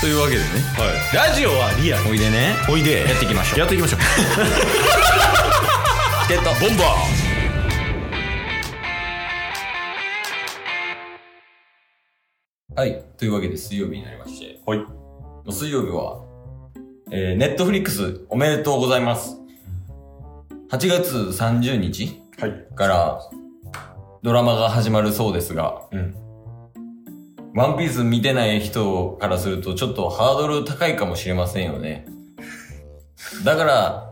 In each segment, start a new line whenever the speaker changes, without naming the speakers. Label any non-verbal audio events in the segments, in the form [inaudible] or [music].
というわけでね
ラジオはリアル
おいでね
おいで
やっていきましょう
やっていきましょう
チケットボンバーはい。というわけで水曜日になりまして。
はい
水曜日は、えー、ネットフリックスおめでとうございます。8月30日
はい
からドラマが始まるそうですが、
うん
ワンピース見てない人からするとちょっとハードル高いかもしれませんよね。だから、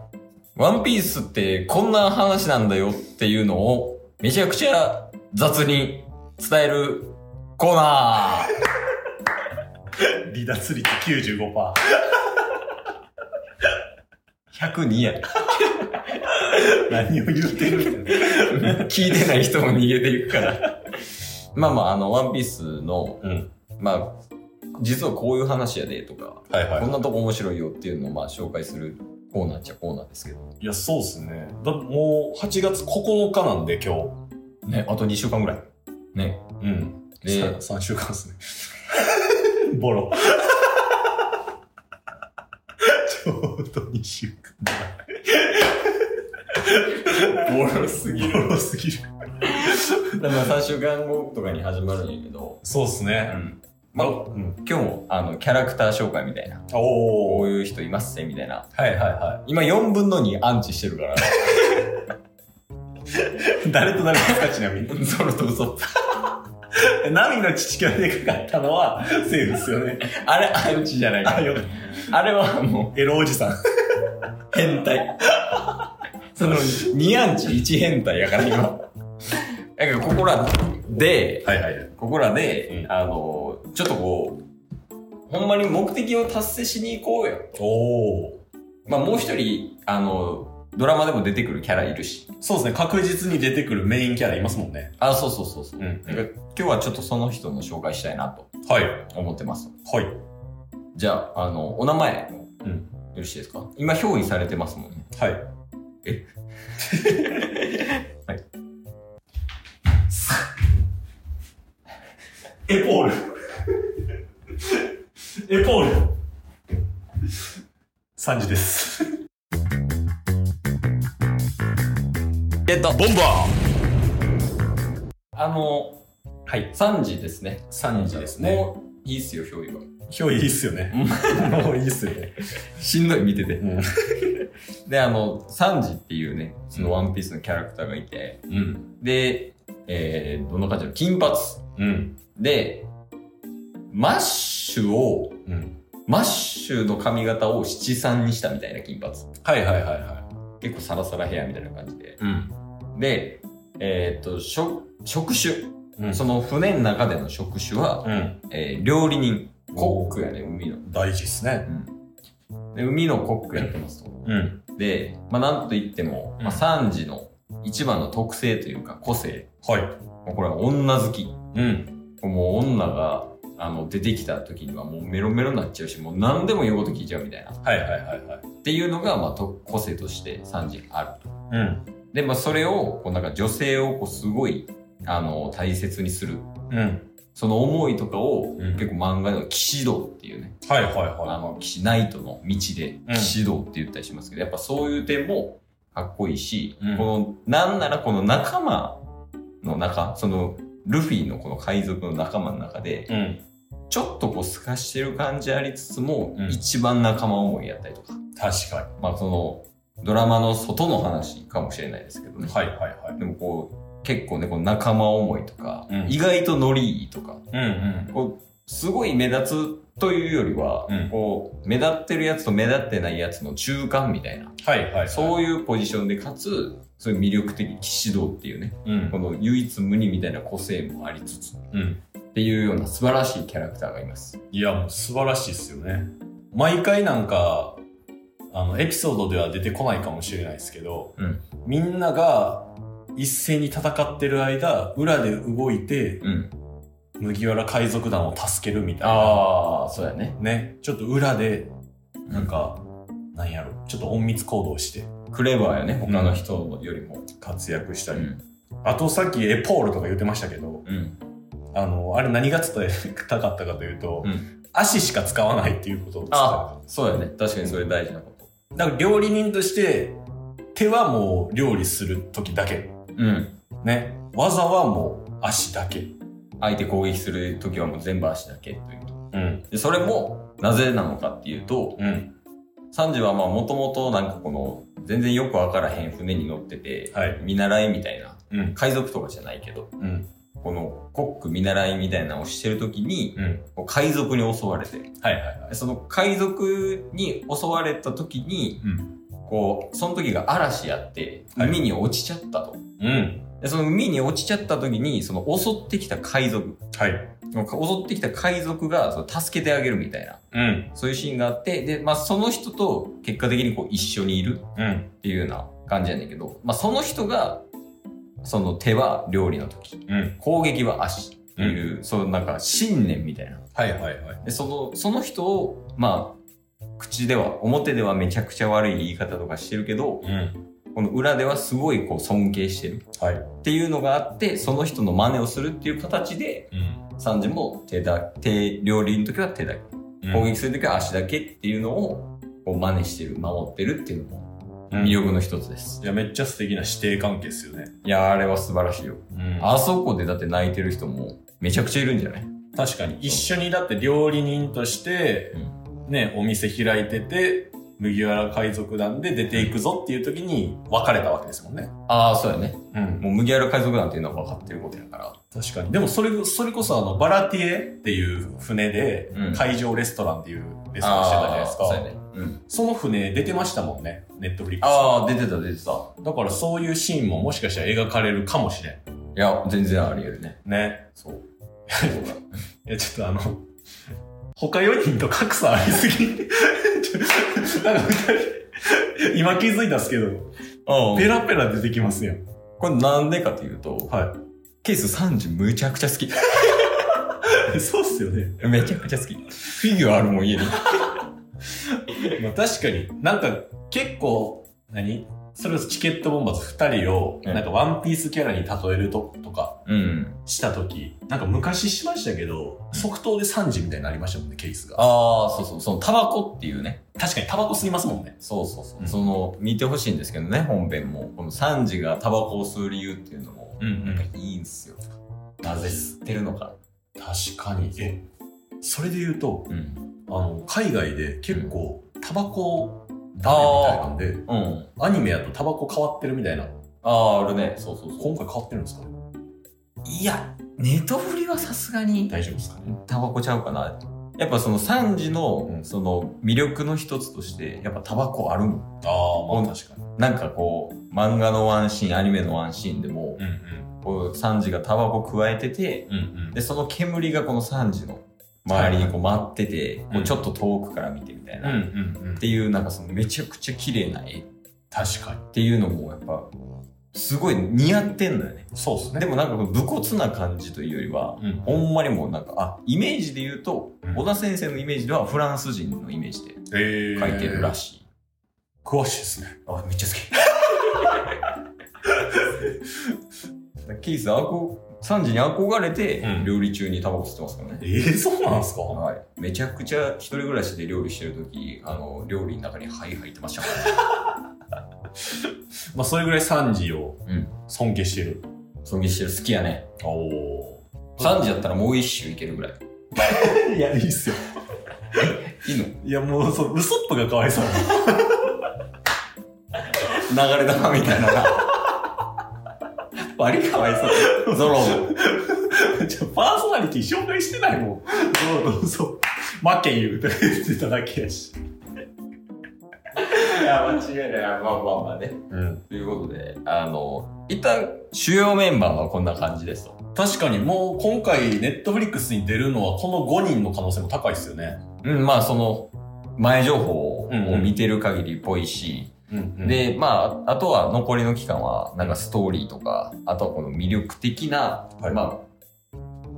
ワンピースってこんな話なんだよっていうのをめちゃくちゃ雑に伝えるコーナー
離脱率95%。
!102 や。
何を言ってるんだ
聞いてない人も逃げていくから。 [laughs] まあまあ、あの、ワンピースの、
うん
まあ、実はこういう話やでとか、
はいは
こんなとこ面白いよっていうのをまあ紹介するコーナーっちゃコーナーですけど。
いやそうっすねだもう8月9日なんで今
ね、あと2週間ぐらい。 [laughs] ね。
日うん
で
さ3週間っすねボロちょうど2週間ボロすぎるボロすぎる
だから3週間後とかに始まるんやけど、
そうっす
う
ね、
ん。まあ、
うん、
今日もあの、キャラクター紹介みたいな。
お
こ
お
ういう人いますね、みたいな。
はいはいは
今4分の2アンチしてるから。
い誰と誰ですかちなみ
[laughs]
に [laughs]
そろと嘘。
ナミの父がでかかったのは、セーフですよね。
あれアンチじゃないか
あ、
ら。
よ、
あれはもう、
エロおじさん。
変 [laughs] 態。その、2アンチ1変態や [laughs] から今。だからここらで、
はいはい。
ここらで、
うん
あの、ちょっとこう、ほんまに目的を達成しに行こうよ。
おお。
まあもう一人、あの、ドラマでも出てくるキャラいるし。
そうですね、確実に出てくるメインキャラいますもんね。
あ、そうそうそうそうう。
ん
だから今日はちょっとその人の紹介したいなと
はい。
思ってます。
はい。
じゃあ、あの、お名前、
うん
よろしいですか今、表意されてますもんね。
はい。 [laughs]
えはい。
エポール。エポール。3時です。
えっと、
ボンバ
あの、
ーはい。
3時ですね。
3時ですね。
もういいっすよ、表意は。
今日いいっすよね。もういいっすよね。
しんどい、見てて。
うん。
で、あの、サンジっていうね、そのワンピースのキャラクターがいて、
うん。
で、えー、どの感じの金髪。
うん。
で、マッシュを、
うん。
マッシュの髪型を七三にしたみたいな金髪。
はいはいはいはい。
結構サラサラヘアみたいな感じで。
うん。
で、えーっと、職、職種。
うん。
その船の中での職種は、
うん。
えー料理人。コックやね、海の。
大事っすね。
で海のコックやってますと。
うん。
で、まあ、なんといっても、
うん
まあ、サンジの一番の特性というか個性、
はい。
まあこれは女好き。
うん。
もう女が、あの、出てきた時にはもうメロメロになっちゃうし、もう何でも言うこと聞いちゃうみたいな。っ
はいはいはいはい。
ていうのが、まあ、と個性としてサンジにあると。
うん。
で、まあ、それを、こう、なんか女性を、こう、すごい、あの、大切にする。
うん。
その思いとかを、
うん
結構漫画では騎士道っていうね、
はいはい
あ
は
の、騎士、ナイトの道で
うん
騎士道って言ったりしますけど、やっぱそういう点もかっこいいし、
うん
この、なんならこの仲間の中、その、ルフィのこの海賊の仲間の中で、
い。うん。
ちょっとこう透かしてる感じありつつも、
うん
一番仲間思いやったりとか、
確か
まあその、ドラマの外の話かもしれないですけどね。
に。はいはいはい。
でもこう、結構ね、この仲間思いとか、
うん
意外とノリいいとか、
うんうん。
こう、すごい目立つというよりは、
うん
こう、目立ってるやつと目立ってないやつの中間みたいな、
はいはい。
そう
いう。
いうポジションで、かつ、そういう魅力的騎士道っていうね、
うん
こ。の唯一無二みたいな個性もありつつ、
うん。
っていうような素晴らしいキャラクターがいます。
いや、もう素晴らしいっすよね。毎回なんか、あの、エピソードでは出てこないかもしれないですけど、
うん
みんなが一斉に戦ってる間、裏で動いて、
うん。
麦わら海賊団を助けるみたいな。
ああ、そうやね。
ね。ちょっと裏で、
な
なんん
か、
か、なんやろ、ちょっと隠密行動して
クレバーよね、他の人よりも。
活躍した
う
り。
ん。
あとさっきエポールとか言ってましたけど、
うん。
あの、あれ何が伝えたかったかというと、
うん
足しか使わないっていうことを伝え
あ、そうやね。確かにそれ大事なこと。
ただから料理人として、手はもう料理する時だけ。
うん。
ね。技はもう足だけ。
相手攻撃するときはもう全部足だけという。
うん。
で、それも、なぜなのかっていうと、
うん。
サンジはまあもともとなんかこの、全然よくわからへん船に乗ってて、
はい。
見習いみたいな、
うん。
海賊とかじゃないけど、
うん。
このコック見習いみたいなのをしてるときに、
うん。
こう海賊に襲われて、
はいはいはい。
その海賊に襲われた時に、
うん
こう、その時が嵐やって、
はい
海に落ちちゃったと。
うん。
でその海に落ちちゃった時に、その襲ってきた海賊、
はい。
襲ってきた海賊がその助けてあげるみたいな、
うん。
そういうシーンがあって、で、まあその人と結果的にこう一緒にいる
うん。
っていうような感じやねんけど、まあその人が、その手は料理の時、
うん。
攻撃は足っていう、そのなんか信念みたいな。
はいはいはい。
でそのその人をまあ口では表ではめちゃくちゃ悪い言い方とかしてるけど
うん。
この裏ではすごいこう尊敬してる
はい。
っていうのがあってその人の真似をするっていう形で
うん。
サンジも手だ手料理の時は手だけ攻撃する時は足だけっていうのをこう真似してる守ってるっていうのも
うん
魅力の一つです、
いや、めっちゃ素敵な師弟関係ですよね。
いやあれは素晴らしいよ
うん
あそこでだって泣いてる人もめちゃくちゃいるんじゃない
確かに。一緒にだって料理人として、ね、お店開いてて、麦わら海賊団で出ていくぞっていう時に別れたわけですもんね。
ああそうやね
うん。
もう麦わら海賊なんていうのは分かってることやから
確かに。でもそれ、それこそあの、バラティエっていう船で
うん、
海上レストランっていうレストランしてたじゃないですか。
あーそうやね、うん
その船出てましたもんね、ネットフリックス。
ああ、出てた出てた。い
だからそういうシーンももしかしたら描かれるかもしれん。
や、全然あり得るね。
ね。
そう。
いや、ちょっとあの、他4人と格差ありすぎ。 [laughs] ちょなんか二人、今気づいたんですけど、
あ
ペラペラ出てきますやん。
これなんでかというと、
は
ケース30むちゃくちゃ好き。 [laughs]
い。そうっすよね。
めちゃくちゃ好き。フィギュアあるもん家に。
まあ確かに、なんか結構、何それこそチケットボンバーズ2人を、
うん
なんかワンピースキャラに例えるととか
うん。
したとき、なんか昔しましたけど、即答で3時みたいになりましたもんね、ケースが。
ああ、そうそう、そのタバコっていうね。
確かにタバコ吸いますもんね。
そうそうそう。
うん
その、見てほしいんですけどね、本編も。このサンジがタバコを吸う理由っていうのも、
うんう
なんか。いいんすよ。なぜ吸ってるのか。
確かに。え、それで言うと、
うん。
あの、海外で結構タバコダメみたいなんで、
うん。
アニメやとタバコ変わってるみたいな。
ああ、あるね。そうそうそう。
今回変わってるんですかね
いや、ネトフリはさすがに
大丈夫ですかね
タバコちゃうかな。やっぱそのサンジの
う、ん
その魅力の一つとして、やっぱタバコあるもん。
ああ、まあ確かに。
なんかこう、漫画のワンシーン、アニメのワンシーンでも、
うん
こう、サンジがタバコ加えてて、
うん。うんうん
で、その煙がこのサンジの周りにこう舞ってて、
ん
こうちょっと遠くから見てみたい
うん
な。っ
うんうん。
ていう、なんかそのめちゃくちゃ綺麗な絵っ
確かに。
ていうのも、やっぱ、すごい似合ってんのよね。
そうですね。
でもなんかこう武骨な感じというよりは、
うん
ほんまにもうなんか、あ、イメージで言うと、
うん
小田先生のイメージではフランス人のイメージで
え
書いてるらしい。
詳しいですね。
あ、めっちゃ好き。ケース、あこ、サンジに憧れて
うん、
料理中にタバコ吸ってますからね。
ええそうなんですか
はい、めちゃくちゃ一人暮らしで料理してる時あの料理の中に灰入ってましたからね
まあ、それぐらいサンジを
うん
尊敬してる。
尊敬してる好きやね
おお。
サンジだったらもう一周いけるぐらい
いや、いいっすよ。
いいの
いや、もう、そう、ウソップがかわいそう。
流れ玉みたいな [laughs] のが割りかわいそうゾロも
じゃあパーソナリティ紹介してないもん。どうぞどうぞ。マッケン言うて言ってただけや
い
し。
や間違いないまあまあまあね
うん。
ということであの一旦主要メンバーはこんな感じですと
確かにもう今回、ネットフリックスに出るのはこの5人の可能性も高いっすよね。
うんまあその前情報を
うんうん
見てる限りっぽいし、
うん、で、
で、まあ、あとは残りの期間は、なんかストーリーとか、あとはこの魅力的な、
はい
まあ、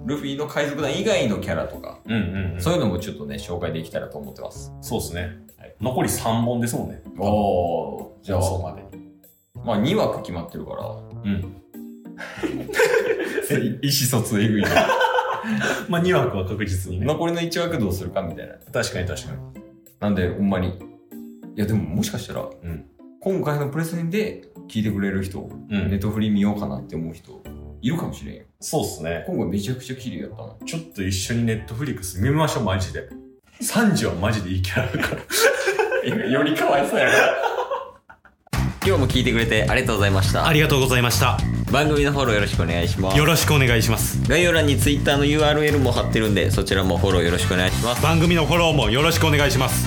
ルフィの海賊団以外のキャラとか、
うんうん、うん。
そい
そう
ううのもちょっとね、紹介できたらと思ってます。
うですね、
はい
残り3本ですもんね。
おじゃあ、
そうまで。
まあ、2枠 [laughs] 決まってるから。
うん。
意思疎通えぐいな。
まあ2枠は確実にね。
残りの1枠どうするかみたいな。
確かに確かに。
なんで、ほんまに。いや、でももしかしたら、
ん
今回のプレゼンで聞いてくれる人、
う
ネッ
ん。
トフリ見ようかなって思う人、いるかもしれんよ。
そうっすね。
今回めちゃくちゃ綺麗やったな。
ちょっと一緒にネットフリックス見ましょう、マジで。サンジはマジでいいキャラだから。
よりかわいそうやから。 [laughs] 今日も聞いてくれてありがとうございました。
ありがとうございました。
番組のフォローよろしくお願いします
よ。ろしくお願いします。
概要欄に Twitter の URL も貼ってるんで、そちらもフォローよろしくお願いします。
番組のフォローもよろしくお願いします。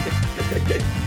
す